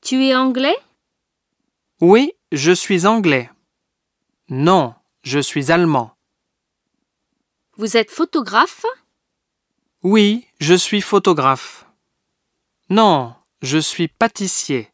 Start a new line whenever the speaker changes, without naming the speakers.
Tu es anglais
Oui, je suis anglais. Non, je suis allemand.
Vous êtes photographe
Oui, je suis photographe. Non, je suis pâtissier.